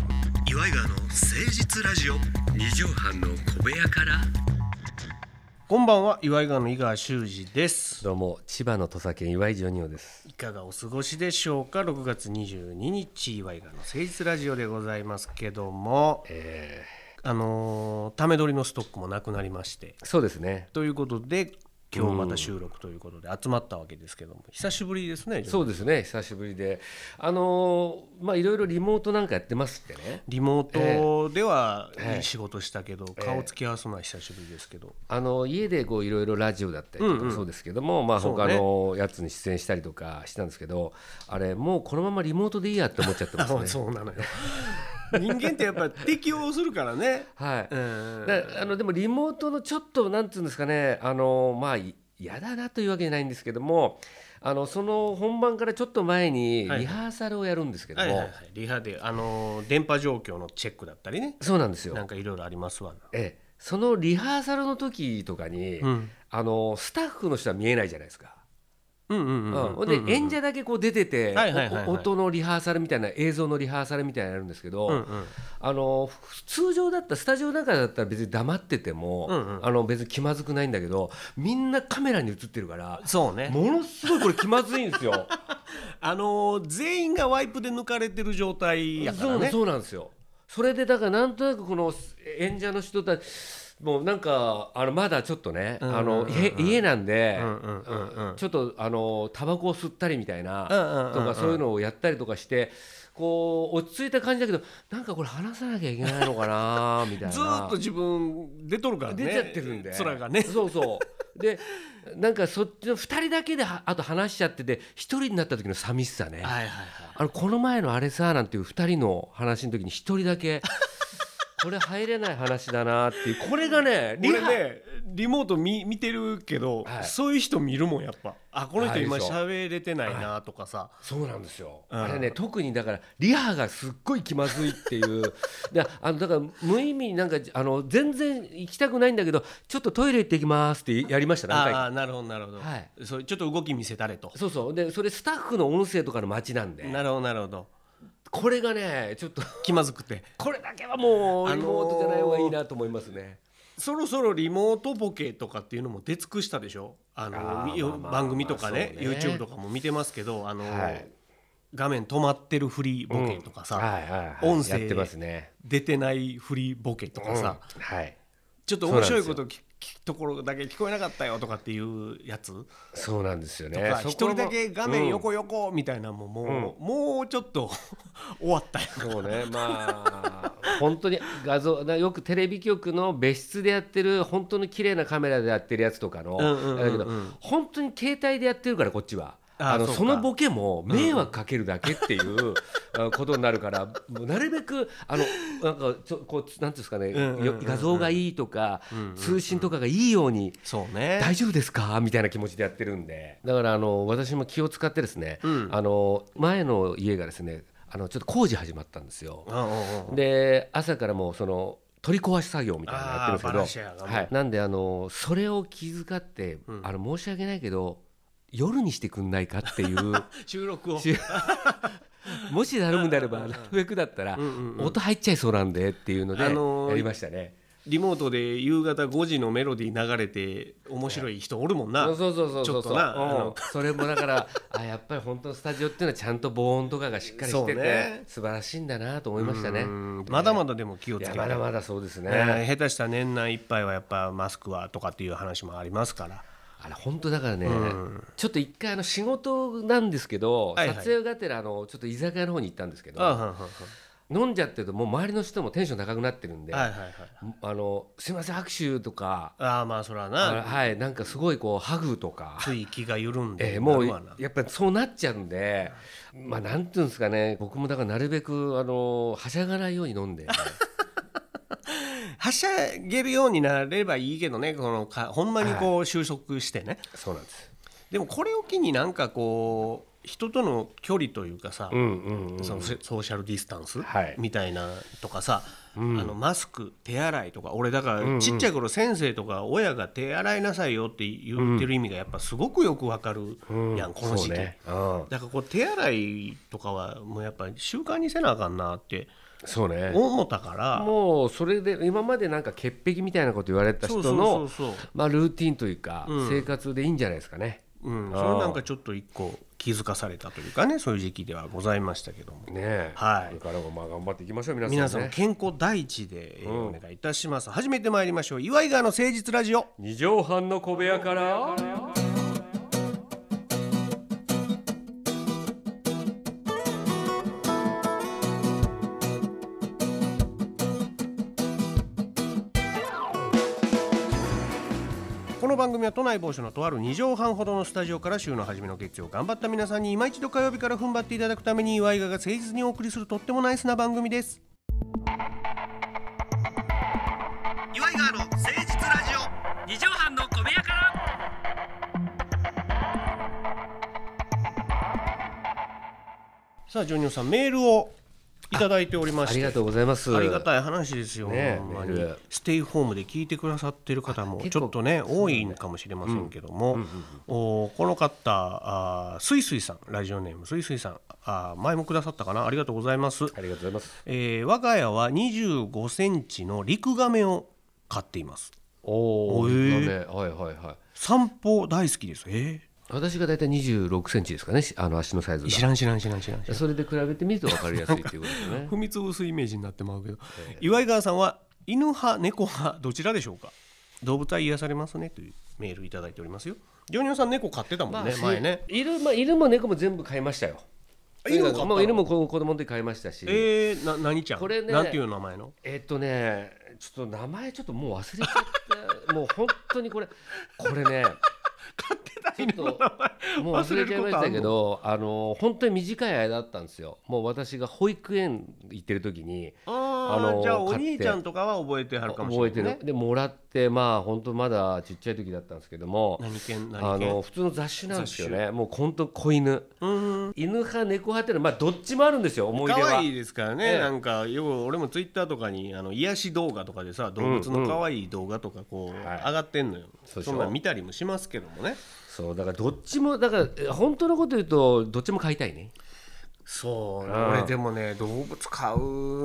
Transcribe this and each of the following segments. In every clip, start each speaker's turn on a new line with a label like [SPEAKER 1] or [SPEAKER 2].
[SPEAKER 1] イガーの誠実ラジオ
[SPEAKER 2] 二畳半の小部屋から
[SPEAKER 1] こんばんは岩井川の井川修司です
[SPEAKER 2] どうも千葉の土佐県岩井ジョニオです
[SPEAKER 1] いかがお過ごしでしょうか6月22日岩井川の誠実ラジオでございますけども
[SPEAKER 2] え
[SPEAKER 1] あのーため撮りのストックもなくなりまして
[SPEAKER 2] ー、そうですね
[SPEAKER 1] ということで今日また収録ということで集まったわけですけども久しぶりですね
[SPEAKER 2] そうですね久しぶりであのーまあいろいろリモートなんかやってますってね
[SPEAKER 1] リモートでは
[SPEAKER 2] ええ
[SPEAKER 1] いい仕事したけど、
[SPEAKER 2] ええ
[SPEAKER 1] 顔つき合わすのは久しぶりですけど、
[SPEAKER 2] あの家でこういろいろラジオだったりと
[SPEAKER 1] うんう
[SPEAKER 2] か
[SPEAKER 1] ん
[SPEAKER 2] そうですけども、まあ
[SPEAKER 1] そうね
[SPEAKER 2] 他のやつに出演したりとかしたんですけどあれもうこのままリモートでいいやって思っちゃって ますね
[SPEAKER 1] そうなのよ 人間ってやっぱ適応するからね
[SPEAKER 2] はい、
[SPEAKER 1] うん
[SPEAKER 2] だあのでもリモートのちょっとなんていうんですかねあのまあい嫌だなというわけじゃないんですけどもあのその本番からちょっと前にリ
[SPEAKER 1] はい
[SPEAKER 2] ハーサルをやるんですけど
[SPEAKER 1] はいはいは
[SPEAKER 2] も
[SPEAKER 1] い、リハであの電波状況のチェックだったりね
[SPEAKER 2] そうなんですよ
[SPEAKER 1] なんかいろいろありますわな、
[SPEAKER 2] ええそのリハーサルの時とかに
[SPEAKER 1] うん、
[SPEAKER 2] あのスタッフの人は見えないじゃないですか。
[SPEAKER 1] うんうんうん
[SPEAKER 2] うんほんで演者だけこう出てて
[SPEAKER 1] はいはいはいはい
[SPEAKER 2] お音のリハーサルみたいな映像のリハーサルみたいなのやるんですけど、
[SPEAKER 1] うんうん
[SPEAKER 2] あのふ通常だったらスタジオなんかだったら別に黙ってても、
[SPEAKER 1] うんうん
[SPEAKER 2] あの別に気まずくないんだけどみんなカメラに映ってるから
[SPEAKER 1] そうね
[SPEAKER 2] ものすごいこれ気まずいんですよ。
[SPEAKER 1] あのー全員がワイプで抜かれてる状態 やからね
[SPEAKER 2] そうそうなんですよそれでだからなんとなくこの演者の人たちもうなんかあのまだちょっとね、
[SPEAKER 1] うんうんうん
[SPEAKER 2] あの家家なんで、
[SPEAKER 1] うんうんうんうん
[SPEAKER 2] ちょっとあのタバコを吸ったりみたいな、
[SPEAKER 1] うんうんうんうん
[SPEAKER 2] とかそういうのをやったりとかしてこう落ち着いた感じだけどなんかこれ話さなきゃいけないのかなみたい な
[SPEAKER 1] ずーっと自分出とるからね
[SPEAKER 2] 出ちゃってる んで
[SPEAKER 1] 空がね
[SPEAKER 2] そうそうでなんかそっちの2人だけではあと話しちゃってて1人になった時の寂しさね
[SPEAKER 1] はいはいはい
[SPEAKER 2] あのこの前のあれさなんていう2人の話の時に1人だけ これ入れない話だなっていうこれがね
[SPEAKER 1] 俺
[SPEAKER 2] ハ
[SPEAKER 1] ねリモート見見てるけど、
[SPEAKER 2] はい
[SPEAKER 1] そういう人見るもんやっぱあこの人今
[SPEAKER 2] はいそう
[SPEAKER 1] 喋れてないなとかさ、
[SPEAKER 2] そうなんですよ、
[SPEAKER 1] うん
[SPEAKER 2] あれね特にだからリハがすっごい気まずいっていうだあのだから無意味になんかあの全然行きたくないんだけどちょっとトイレ行ってきますってやりました何回
[SPEAKER 1] あ
[SPEAKER 2] か
[SPEAKER 1] あなるほどなるほど、
[SPEAKER 2] はい
[SPEAKER 1] そうちょっと動き見せたれと、
[SPEAKER 2] そうそうでそれスタッフの音声とかの街なんで
[SPEAKER 1] なるほどなるほど
[SPEAKER 2] これがねちょっと
[SPEAKER 1] 気まずくて
[SPEAKER 2] これだけはもう
[SPEAKER 1] あのー
[SPEAKER 2] リモートじゃない方がいいなと思いますね。
[SPEAKER 1] そろそろリモートボケとかっていうのも出尽くしたでしょあの
[SPEAKER 2] あー
[SPEAKER 1] み
[SPEAKER 2] まあまあ
[SPEAKER 1] 番組とかね,、
[SPEAKER 2] まあそうね
[SPEAKER 1] YouTube とかも見てますけどあの、
[SPEAKER 2] はい
[SPEAKER 1] 画面止まってるフリーボケとかさ、
[SPEAKER 2] はいはいはい、
[SPEAKER 1] 音声
[SPEAKER 2] やってますね。
[SPEAKER 1] 出てないフリーボケとかさ、
[SPEAKER 2] うんはい、
[SPEAKER 1] ちょっと面白いこと聞きところだけ聞こえなかったよとかっていうやつ
[SPEAKER 2] そうなんですよ
[SPEAKER 1] と
[SPEAKER 2] ね
[SPEAKER 1] か。一
[SPEAKER 2] そこ
[SPEAKER 1] 人
[SPEAKER 2] も
[SPEAKER 1] だけ画面、横横みたいなのももうもうちょっと 終わったよ
[SPEAKER 2] うんそうね、まあ本当に画像だよくテレビ局の別室でやってる本当に綺麗なカメラでやってるやつとかの、
[SPEAKER 1] うんうんうんうん
[SPEAKER 2] だけど本当に携帯でやってるからこっちは。
[SPEAKER 1] あー
[SPEAKER 2] あの
[SPEAKER 1] そう
[SPEAKER 2] そ
[SPEAKER 1] か
[SPEAKER 2] のボケも迷惑かけるだけっていうあことになるから、もうなるべくあのなんかちょこうなんていうんですかね、
[SPEAKER 1] うんうんうんうん
[SPEAKER 2] よ画像がいいとか、通信とかがいいように
[SPEAKER 1] そうね
[SPEAKER 2] 大丈夫ですかみたいな気持ちでやってるんでだからあの私も気を使ってですね、
[SPEAKER 1] うん
[SPEAKER 2] あの前の家がですねあのちょっと工事始まったんですよ
[SPEAKER 1] う。んうんうん
[SPEAKER 2] で朝からもうその取り壊し作業みたいなのやってるん
[SPEAKER 1] あーバラ
[SPEAKER 2] です
[SPEAKER 1] シ
[SPEAKER 2] け
[SPEAKER 1] アがも
[SPEAKER 2] ど、
[SPEAKER 1] う
[SPEAKER 2] はい、なんであのそれを気遣って、
[SPEAKER 1] うん
[SPEAKER 2] あの申し訳ないけど夜にしてくんないかっ ていう
[SPEAKER 1] 収録を
[SPEAKER 2] しもしなるんであればなるべくだったら、
[SPEAKER 1] うんうんうん
[SPEAKER 2] 音入っちゃいそうなんでっていうので
[SPEAKER 1] あのー
[SPEAKER 2] やりましたね。
[SPEAKER 1] リモートで夕方5時のメロディー流れて面白い人おるもんな
[SPEAKER 2] そうそうそうそう
[SPEAKER 1] ちょっ
[SPEAKER 2] そ
[SPEAKER 1] と
[SPEAKER 2] う
[SPEAKER 1] なあ
[SPEAKER 2] うん
[SPEAKER 1] の
[SPEAKER 2] それもだからあやっぱり本当のスタジオっていうのはちゃんと防音とかがしっかりして
[SPEAKER 1] そう
[SPEAKER 2] て、
[SPEAKER 1] ね
[SPEAKER 2] 素晴らしいんだなと思いましたね
[SPEAKER 1] うんまだまだでも気を
[SPEAKER 2] い
[SPEAKER 1] つけ
[SPEAKER 2] や
[SPEAKER 1] て
[SPEAKER 2] まだまだそうですね、
[SPEAKER 1] ね下手したら年内いっぱいはやっぱマスクはとかっていう話もありますから
[SPEAKER 2] あれ本当だからね、
[SPEAKER 1] うん
[SPEAKER 2] ちょっと一回あの仕事なんですけど、
[SPEAKER 1] はいはい
[SPEAKER 2] 撮影がてらあのちょっと居酒屋の方に行ったんですけど、
[SPEAKER 1] あはんはんはん
[SPEAKER 2] 飲んじゃってるともう周りの人もテンション高くなってるんで、
[SPEAKER 1] はいはいはい
[SPEAKER 2] あのすいません握手とか、
[SPEAKER 1] ああまあそれは
[SPEAKER 2] あの
[SPEAKER 1] な
[SPEAKER 2] はいなんかすごいこうハグとか
[SPEAKER 1] つい気が緩んで
[SPEAKER 2] えーもう
[SPEAKER 1] なるわな
[SPEAKER 2] やっぱりそうなっちゃうんで、まあなんていうんですかね、僕もだからなるべくあのはしゃがないように 飲んで、
[SPEAKER 1] はしゃげるようになれればいいけどねこのかほんまにこう収束してね、
[SPEAKER 2] そうなんです。
[SPEAKER 1] でもこれを機になんかこう人との距離というかさ、
[SPEAKER 2] うんうんうん
[SPEAKER 1] そのせソーシャルディスタンス
[SPEAKER 2] はい
[SPEAKER 1] みたいなとかさ、あのマスク手洗いとか俺だからちっちゃい頃先生とか親が手洗いなさいよって言ってる意味がやっぱすごくよくわかるやん、この時期、
[SPEAKER 2] そうねうん
[SPEAKER 1] だからこう手洗いとかはもうやっぱ習慣にせなあかんなって
[SPEAKER 2] そうね
[SPEAKER 1] 思ったから
[SPEAKER 2] もうそれで今までなんか潔癖みたいなこと言われた
[SPEAKER 1] そ
[SPEAKER 2] 人
[SPEAKER 1] うそうそ
[SPEAKER 2] の
[SPEAKER 1] うそう
[SPEAKER 2] まあルーティンというか生活でいいんじゃないですかね。
[SPEAKER 1] うん、
[SPEAKER 2] あ
[SPEAKER 1] そ
[SPEAKER 2] ー
[SPEAKER 1] れなんかちょっと一個気づかされたというかねそういう時期ではございましたけども
[SPEAKER 2] ねえ
[SPEAKER 1] はい
[SPEAKER 2] これからもまあ頑張っていきましょう皆さんね。
[SPEAKER 1] 皆さん健康第一でえーお願いいたします、初めて参りましょう岩井川の誠実ラジオ
[SPEAKER 2] 二畳半の小部屋から
[SPEAKER 1] この番組は都内某所のとある2畳半ほどのスタジオから週の初めの月曜頑張った皆さんに今一度火曜日から踏ん張っていただくために岩井川が誠実にお送りするとってもナイスな番組です岩井川の誠実ラジオ
[SPEAKER 2] 二畳半の小部屋から
[SPEAKER 1] さあジョニオさんメールをいただいておりま
[SPEAKER 2] あ
[SPEAKER 1] し
[SPEAKER 2] り
[SPEAKER 1] て
[SPEAKER 2] がとうございます。
[SPEAKER 1] ありがたい話ですよ、
[SPEAKER 2] ねえ
[SPEAKER 1] ほんまに
[SPEAKER 2] メール
[SPEAKER 1] ステイホームで聞いてくださってる方も
[SPEAKER 2] 結
[SPEAKER 1] ち
[SPEAKER 2] 構
[SPEAKER 1] ょっとね多いんかもしれませんけども、おこの方あーすいすいさんラジオネームすいすいさんあー前もくださったかなありがとうございます、
[SPEAKER 2] ありがとうございます。
[SPEAKER 1] えー我が家は2 5センチのリクガメを飼っています
[SPEAKER 2] おお、
[SPEAKER 1] おえー
[SPEAKER 2] ねはいはいはい。
[SPEAKER 1] 散歩大好きですえ
[SPEAKER 2] 私がだいたい二十六センチですかね。しあの足のサイズ
[SPEAKER 1] ー、知らん知らん知らん知らん知らん
[SPEAKER 2] が。それで比べてみると分かりやすいっていうことです ね。
[SPEAKER 1] 踏み潰すイメージになってまうけど、岩井川さんは犬派猫派どちらでしょうか動物は癒されますねというメールいただいておりますよジョニオさん猫飼ってたもんね、前ね
[SPEAKER 2] 犬まあ犬も猫も全部買いましたよ。
[SPEAKER 1] あ犬も買ったの
[SPEAKER 2] まあ犬も子供の時買いましたし。
[SPEAKER 1] えー、な何ちゃん
[SPEAKER 2] これね
[SPEAKER 1] なんていう名前の
[SPEAKER 2] えっとねちょっと名前ちょっともう忘れちゃってもう本当にこれこれ ねちょっともう忘れちゃいましたけどあの本当に短い間だったんですよもう私が保育園行ってる時に
[SPEAKER 1] あー
[SPEAKER 2] あの
[SPEAKER 1] じゃあお
[SPEAKER 2] 飼って
[SPEAKER 1] 兄ちゃんとかは覚えてはるかもしれ
[SPEAKER 2] 覚
[SPEAKER 1] な
[SPEAKER 2] え
[SPEAKER 1] い、ね、
[SPEAKER 2] てるでもらってまあ本当まだちっちゃい時だったんですけども
[SPEAKER 1] 何犬
[SPEAKER 2] あ
[SPEAKER 1] 何犬
[SPEAKER 2] の普通の雑種なんですよねもう本当子犬犬派猫派っていうのはまあどっちもあるんですよ思い出
[SPEAKER 1] 可
[SPEAKER 2] は
[SPEAKER 1] 愛いですからね、
[SPEAKER 2] ええ
[SPEAKER 1] なんかよく俺もツイッターとかにあの癒し動画とかでさ動物の可愛い動画とかこう上
[SPEAKER 2] はい
[SPEAKER 1] がってんのよ、
[SPEAKER 2] そうでしょ
[SPEAKER 1] そんなん見たりもしますけどもね
[SPEAKER 2] そうだからどっちもだからえ本当のこと言うとどっちも買いたいね
[SPEAKER 1] そうね、
[SPEAKER 2] うん
[SPEAKER 1] 俺でもね動物飼う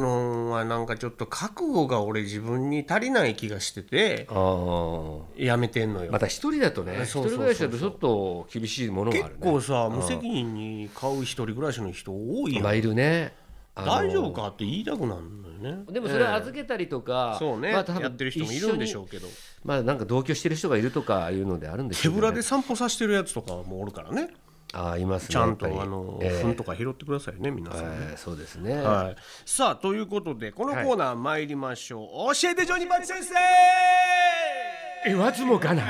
[SPEAKER 1] のはなんかちょっと覚悟が俺自分に足りない気がしてて
[SPEAKER 2] ああ
[SPEAKER 1] やめてんのよ、
[SPEAKER 2] また一人だとね一
[SPEAKER 1] そうそ
[SPEAKER 2] 人
[SPEAKER 1] うそうそう
[SPEAKER 2] 暮らしだとちょっと厳しいものがあ
[SPEAKER 1] 結
[SPEAKER 2] るね
[SPEAKER 1] 構さ、無責任に飼う一人暮らしの人多いよ、
[SPEAKER 2] まあいるねあの
[SPEAKER 1] 大丈夫かって言いたくなるのよね
[SPEAKER 2] でもそれは預けたりとか、
[SPEAKER 1] そうね、
[SPEAKER 2] まあ多分
[SPEAKER 1] やってる人もいるんでし
[SPEAKER 2] 一緒
[SPEAKER 1] ょ
[SPEAKER 2] に
[SPEAKER 1] うけど
[SPEAKER 2] まあなんか同居してる人がいるとかいうのであるんでし
[SPEAKER 1] 手
[SPEAKER 2] ょうけ
[SPEAKER 1] ぶ
[SPEAKER 2] ど
[SPEAKER 1] ら
[SPEAKER 2] ね
[SPEAKER 1] で散歩させてるやつとかもおるからね
[SPEAKER 2] ああいますね
[SPEAKER 1] ちゃんと
[SPEAKER 2] やっぱり
[SPEAKER 1] あの、
[SPEAKER 2] ええ
[SPEAKER 1] 糞とか拾ってくださいね皆さんね、
[SPEAKER 2] ええそうですね、
[SPEAKER 1] はい、さあということでこのコーナー参りましょう、教えてジョニバチ先生
[SPEAKER 2] 言わずもがな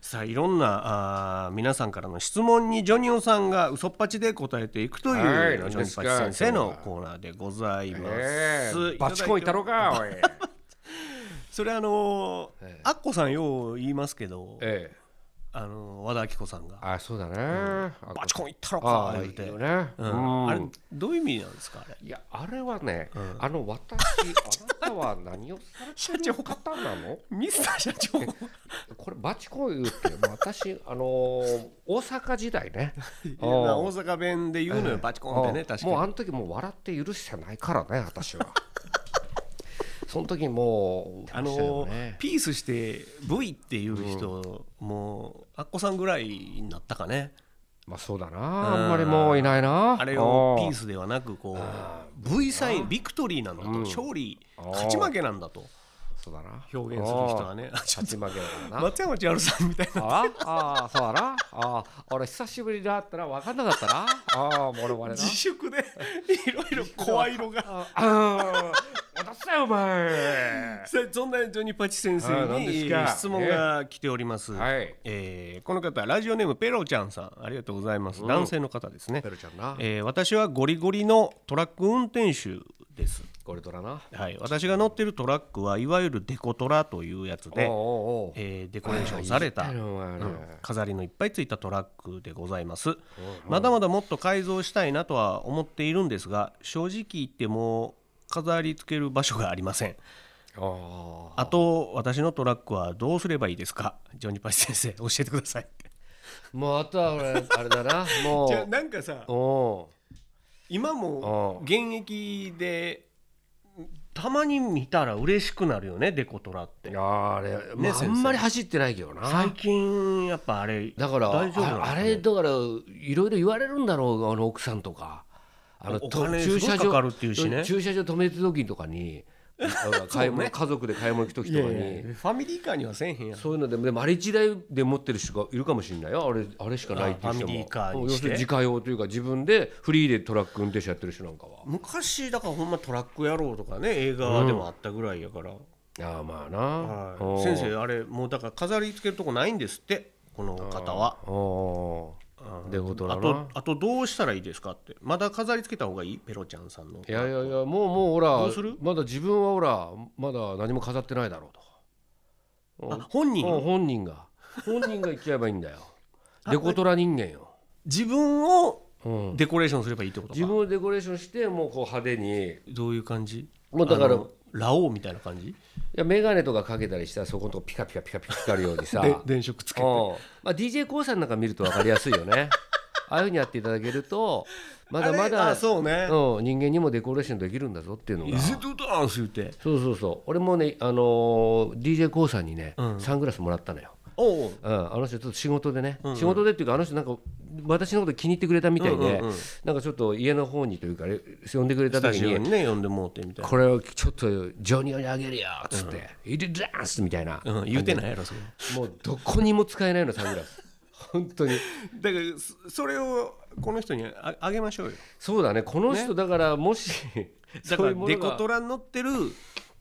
[SPEAKER 1] さあいろんなあー皆さんからの質問にジョニオさんが嘘っぱちで答えていくという、
[SPEAKER 2] はい
[SPEAKER 1] ジョニオ
[SPEAKER 2] 何
[SPEAKER 1] パ
[SPEAKER 2] で
[SPEAKER 1] チ
[SPEAKER 2] すか
[SPEAKER 1] 先生のコーナーでございます。
[SPEAKER 2] バチコンいた
[SPEAKER 1] ろ
[SPEAKER 2] ろ かおい
[SPEAKER 1] それあのー
[SPEAKER 2] ええ
[SPEAKER 1] アッコさんよう言いますけど、
[SPEAKER 2] ええ
[SPEAKER 1] あのー和田アキ子さんが
[SPEAKER 2] ああそうだね、あ
[SPEAKER 1] バチコンいったろ
[SPEAKER 2] あ
[SPEAKER 1] か
[SPEAKER 2] あ
[SPEAKER 1] 言
[SPEAKER 2] いうい
[SPEAKER 1] て、
[SPEAKER 2] よね、
[SPEAKER 1] う
[SPEAKER 2] うん
[SPEAKER 1] ん、あれどういう意味なんですかあれ
[SPEAKER 2] いやあれはね、あの私あなたは何をされてる方な の
[SPEAKER 1] ミスター社 長
[SPEAKER 2] これバチコイ言うって私あのー大阪時代 ねあー
[SPEAKER 1] 大阪弁で言うのよ、バチコンってね、
[SPEAKER 2] うん
[SPEAKER 1] 確
[SPEAKER 2] もう
[SPEAKER 1] か
[SPEAKER 2] あ
[SPEAKER 1] に。
[SPEAKER 2] の時もう笑って許してないからね 私はその時もう
[SPEAKER 1] あの
[SPEAKER 2] ね
[SPEAKER 1] ピースして V っていう人、もうアッコさんぐらいになったかね
[SPEAKER 2] まあそうだなあんまりもういないな
[SPEAKER 1] あれをピー
[SPEAKER 2] ス
[SPEAKER 1] スではなくこう V サインビクトリーなんだと、勝利勝ち負けなんだと
[SPEAKER 2] そうだな
[SPEAKER 1] 表現する人は
[SPEAKER 2] ね
[SPEAKER 1] ねちょっ
[SPEAKER 2] 勝ち負けだから
[SPEAKER 1] と
[SPEAKER 2] な
[SPEAKER 1] 松山千春さんみたいな
[SPEAKER 2] ああそうだなああ俺久しぶりだったら分かんなかったなああもろもろな
[SPEAKER 1] 自粛で いろいろ声 色が。
[SPEAKER 2] ああ渡せよお前
[SPEAKER 1] さあそんなジョニーパチ先
[SPEAKER 2] は
[SPEAKER 1] 生
[SPEAKER 2] い何
[SPEAKER 1] に
[SPEAKER 2] です
[SPEAKER 1] え
[SPEAKER 2] か
[SPEAKER 1] ー質問が来ております、
[SPEAKER 2] はい
[SPEAKER 1] えーこの方ラジオネームペロちゃんさんありがとうございます、男性の方ですね
[SPEAKER 2] ペルちゃんな
[SPEAKER 1] えー私はゴリゴリのトラック運転手です
[SPEAKER 2] これとらな。
[SPEAKER 1] はい、私が乗ってるトラックはいわゆるデコトラというやつで、
[SPEAKER 2] おうおうおう
[SPEAKER 1] えーデコレーションされた、
[SPEAKER 2] あいいのあれ
[SPEAKER 1] うん飾りのいっぱいついたトラックでございますまだまだもっと改造したいなとは思っているんですが正直言ってもう飾り付ける場所がありません
[SPEAKER 2] ああ
[SPEAKER 1] あと私のトラックはどうすればいいですかジョニパチ先生教えてください
[SPEAKER 2] もうあとは俺あれだなも
[SPEAKER 1] じゃあ
[SPEAKER 2] う
[SPEAKER 1] なんかさ
[SPEAKER 2] お
[SPEAKER 1] 今も
[SPEAKER 2] うん
[SPEAKER 1] 現役でたまに見たら嬉しくなるよねデコトラっ
[SPEAKER 2] う
[SPEAKER 1] て
[SPEAKER 2] いやーあれ、ま
[SPEAKER 1] ね
[SPEAKER 2] あ、あ
[SPEAKER 1] 先生
[SPEAKER 2] んまり走ってないけどな
[SPEAKER 1] 最近やっぱあれ
[SPEAKER 2] だから
[SPEAKER 1] 大丈夫なんですかね
[SPEAKER 2] ああれだからいろいろ言われるんだろうあの奥さんとかあの
[SPEAKER 1] お
[SPEAKER 2] と
[SPEAKER 1] 金すごいかかるっていうしね
[SPEAKER 2] 駐車場止めてる時と かにあの買い物家族で買い物行く時とかに。
[SPEAKER 1] ファミリーカーにはせんへんやん
[SPEAKER 2] そういうので、でマリチ代で持ってる人がいるかもしれないよ、あれ、あれしかないっていう人
[SPEAKER 1] あファミリ
[SPEAKER 2] も
[SPEAKER 1] ーカ。ー
[SPEAKER 2] 要
[SPEAKER 1] にして
[SPEAKER 2] するに自家用というか、自分でフリーでトラック運転手やってる人なんかは。
[SPEAKER 1] 昔だからほんまトラック野郎とかね映画でもあったぐらいやから、
[SPEAKER 2] ああ、まあ
[SPEAKER 1] は
[SPEAKER 2] な。
[SPEAKER 1] い
[SPEAKER 2] おう
[SPEAKER 1] 先生。あれもうだから飾りつけるとこないんですってこの方は
[SPEAKER 2] おお。でごと
[SPEAKER 1] あ
[SPEAKER 2] だ
[SPEAKER 1] と
[SPEAKER 2] な。
[SPEAKER 1] あとどうしたらいいですかってまだ飾りつけた方がいいペロちゃんさんの
[SPEAKER 2] いやいやいや、もう、もう、ほら
[SPEAKER 1] うする、
[SPEAKER 2] まだ自分はほら、まだ何も飾ってないだろうと。
[SPEAKER 1] あ本人
[SPEAKER 2] おう本人が。本人が言っちゃえばいいんだよ。デコトラ人間よ。
[SPEAKER 1] 自分を
[SPEAKER 2] うん。
[SPEAKER 1] デコレーションすればいいってこと
[SPEAKER 2] 自
[SPEAKER 1] か
[SPEAKER 2] 分をデコレーションして、もうこう派手に。
[SPEAKER 1] どういう感じ
[SPEAKER 2] もうだから
[SPEAKER 1] あのラオウみたいな感じ
[SPEAKER 2] いや眼鏡とかかけたりしたらそこのとこピカピカピカピカ光るようにさ
[SPEAKER 1] で電飾つけて
[SPEAKER 2] うんまあ、d j k o さんなんか見ると分かりやすいよねああいうふうにやっていただけるとまだま
[SPEAKER 1] あれ
[SPEAKER 2] だ
[SPEAKER 1] あそうね
[SPEAKER 2] うん、人間にもデコレーションできるんだぞっていうの
[SPEAKER 1] 「
[SPEAKER 2] が
[SPEAKER 1] イズ
[SPEAKER 2] そ
[SPEAKER 1] ドダンス」言って
[SPEAKER 2] うそうそう俺もね、あのー、d j k o さんにね、
[SPEAKER 1] うん
[SPEAKER 2] サングラスもらったのよ、
[SPEAKER 1] おう
[SPEAKER 2] うん、あの人ちょっと仕事でね、
[SPEAKER 1] うんうん
[SPEAKER 2] 仕事でっていうかあの人なんか私のこと気に入ってくれたみたいで、
[SPEAKER 1] うんうんうん
[SPEAKER 2] なんかちょっと家の方にというか呼んでくれた
[SPEAKER 1] スタ
[SPEAKER 2] 時
[SPEAKER 1] ジ
[SPEAKER 2] に
[SPEAKER 1] オにね呼んでもうてみたいな
[SPEAKER 2] これをちょっとジョニオにあげるよっつって「イルダンス」みたいな、
[SPEAKER 1] うん、言うてないやろそれ
[SPEAKER 2] もうどこにも使えないのサングラス 本当に
[SPEAKER 1] だからそそれをこの人にああげましょうよ
[SPEAKER 2] そうだねこの人だからもし、
[SPEAKER 1] だ
[SPEAKER 2] そ
[SPEAKER 1] か
[SPEAKER 2] うい
[SPEAKER 1] ら
[SPEAKER 2] うも
[SPEAKER 1] デ
[SPEAKER 2] の
[SPEAKER 1] コ
[SPEAKER 2] が
[SPEAKER 1] トラに乗ってる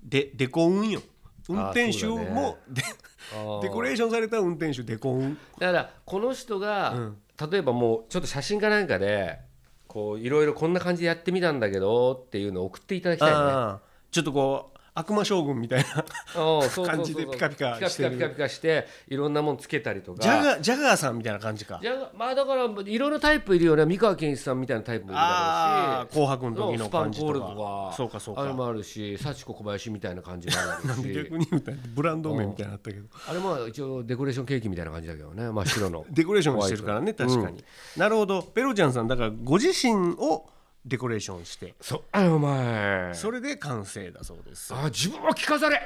[SPEAKER 1] デデコ運よ運転手
[SPEAKER 2] あそうだね
[SPEAKER 1] もで
[SPEAKER 2] あー
[SPEAKER 1] デコレーションされた運転手デコ運
[SPEAKER 2] だからこの人が、例えばもうちょっと写真かなんかでこういろいろこんな感じでやってみたんだけどっていうのを送っていただきたいよね
[SPEAKER 1] あーちょっとこう悪魔将軍みたい な
[SPEAKER 2] うんそうそうそうそう
[SPEAKER 1] 感じでピカピカしてる
[SPEAKER 2] ピカピカピカピカしていろんなもんつけたりとか
[SPEAKER 1] ジャガージャガーさんみたいな感じか
[SPEAKER 2] じゃあまあだからいろいろタイプいるよね三河健一さんみたいなタイプもいるだ
[SPEAKER 1] あ
[SPEAKER 2] ろう
[SPEAKER 1] あ
[SPEAKER 2] し
[SPEAKER 1] 紅白の時
[SPEAKER 2] ス
[SPEAKER 1] の
[SPEAKER 2] パン
[SPEAKER 1] 感じ
[SPEAKER 2] コー
[SPEAKER 1] と
[SPEAKER 2] ル
[SPEAKER 1] か
[SPEAKER 2] とか
[SPEAKER 1] そうかそう
[SPEAKER 2] あれ
[SPEAKER 1] か
[SPEAKER 2] もあるし幸子小林みたいな感じもあ る
[SPEAKER 1] なんで
[SPEAKER 2] し
[SPEAKER 1] 逆に言うたらブランド名みたいになったけど
[SPEAKER 2] あれまあ一応デコレーションケーキみたいな感じだけどね真っ白の
[SPEAKER 1] デコレーションしてるからね確かに、なるほどペロちゃんさんだからご自身をデコレーションして
[SPEAKER 2] そあれお前
[SPEAKER 1] それで完成だそうです
[SPEAKER 2] あ自分は着飾 れ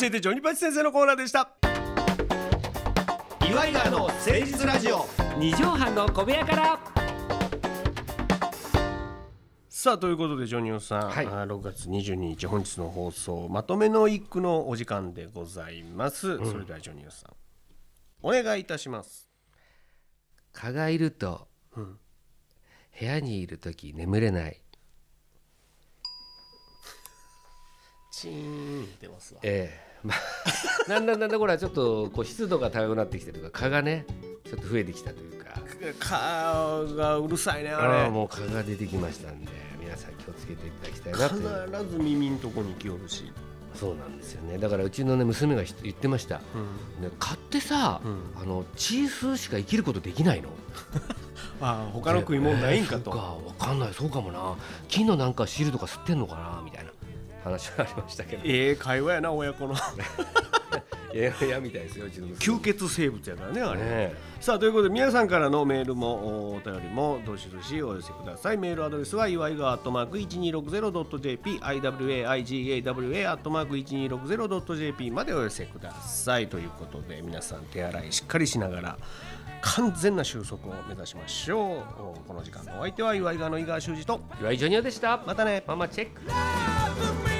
[SPEAKER 1] 教えてジョニパチ先生のコーナーでした岩井川の誠実ラジオ
[SPEAKER 2] 二畳半の小部屋から
[SPEAKER 1] さあということでジョニオさん、
[SPEAKER 2] はい
[SPEAKER 1] あー6月22日本日の放送まとめの一句のお時間でございます、それではジョニオさんお願いいたします
[SPEAKER 2] 蚊がいると、
[SPEAKER 1] うん
[SPEAKER 2] 部屋にいる時眠れない
[SPEAKER 1] チーンってますわ
[SPEAKER 2] ええまあ だんだんだんだんこれはちょっとこう湿度が高くなってきてるとか蚊がねちょっと増えてきたというか
[SPEAKER 1] 顔がうるさいね
[SPEAKER 2] あ
[SPEAKER 1] あ
[SPEAKER 2] あ
[SPEAKER 1] れ
[SPEAKER 2] もう蚊が出てきましたんで皆さん気をつけていただきたいなという
[SPEAKER 1] 必ず耳んとこに来よるし、
[SPEAKER 2] そうなんですよねだからうちのね娘がひ言ってました、
[SPEAKER 1] うん、
[SPEAKER 2] ね、蚊ってさ、
[SPEAKER 1] ん
[SPEAKER 2] あの血吸うしか生きることできないの
[SPEAKER 1] ああ他の食い物ないんか
[SPEAKER 2] えー
[SPEAKER 1] と、
[SPEAKER 2] そうかわかんないそうかもな金のなんか汁とか吸ってんのかなみたいな話がありましたけど
[SPEAKER 1] ええ会話やな親子 の
[SPEAKER 2] いやいやみたいですようちの娘
[SPEAKER 1] 吸血生物やからねあれ、
[SPEAKER 2] ね
[SPEAKER 1] さあということで皆さんからのメールもおお便りもどしどしお寄せくださいメールアドレスは祝いがアットマーク 1260.jp iwaigawa アットマーク 1260.jp までお寄せくださいということで皆さん手洗いしっかりしながら完全な収束を目指しましょうおこの時間のお相手は祝いがの井川修司と
[SPEAKER 2] 岩井ジョニオでした
[SPEAKER 1] またね
[SPEAKER 2] ママチェック
[SPEAKER 3] Love me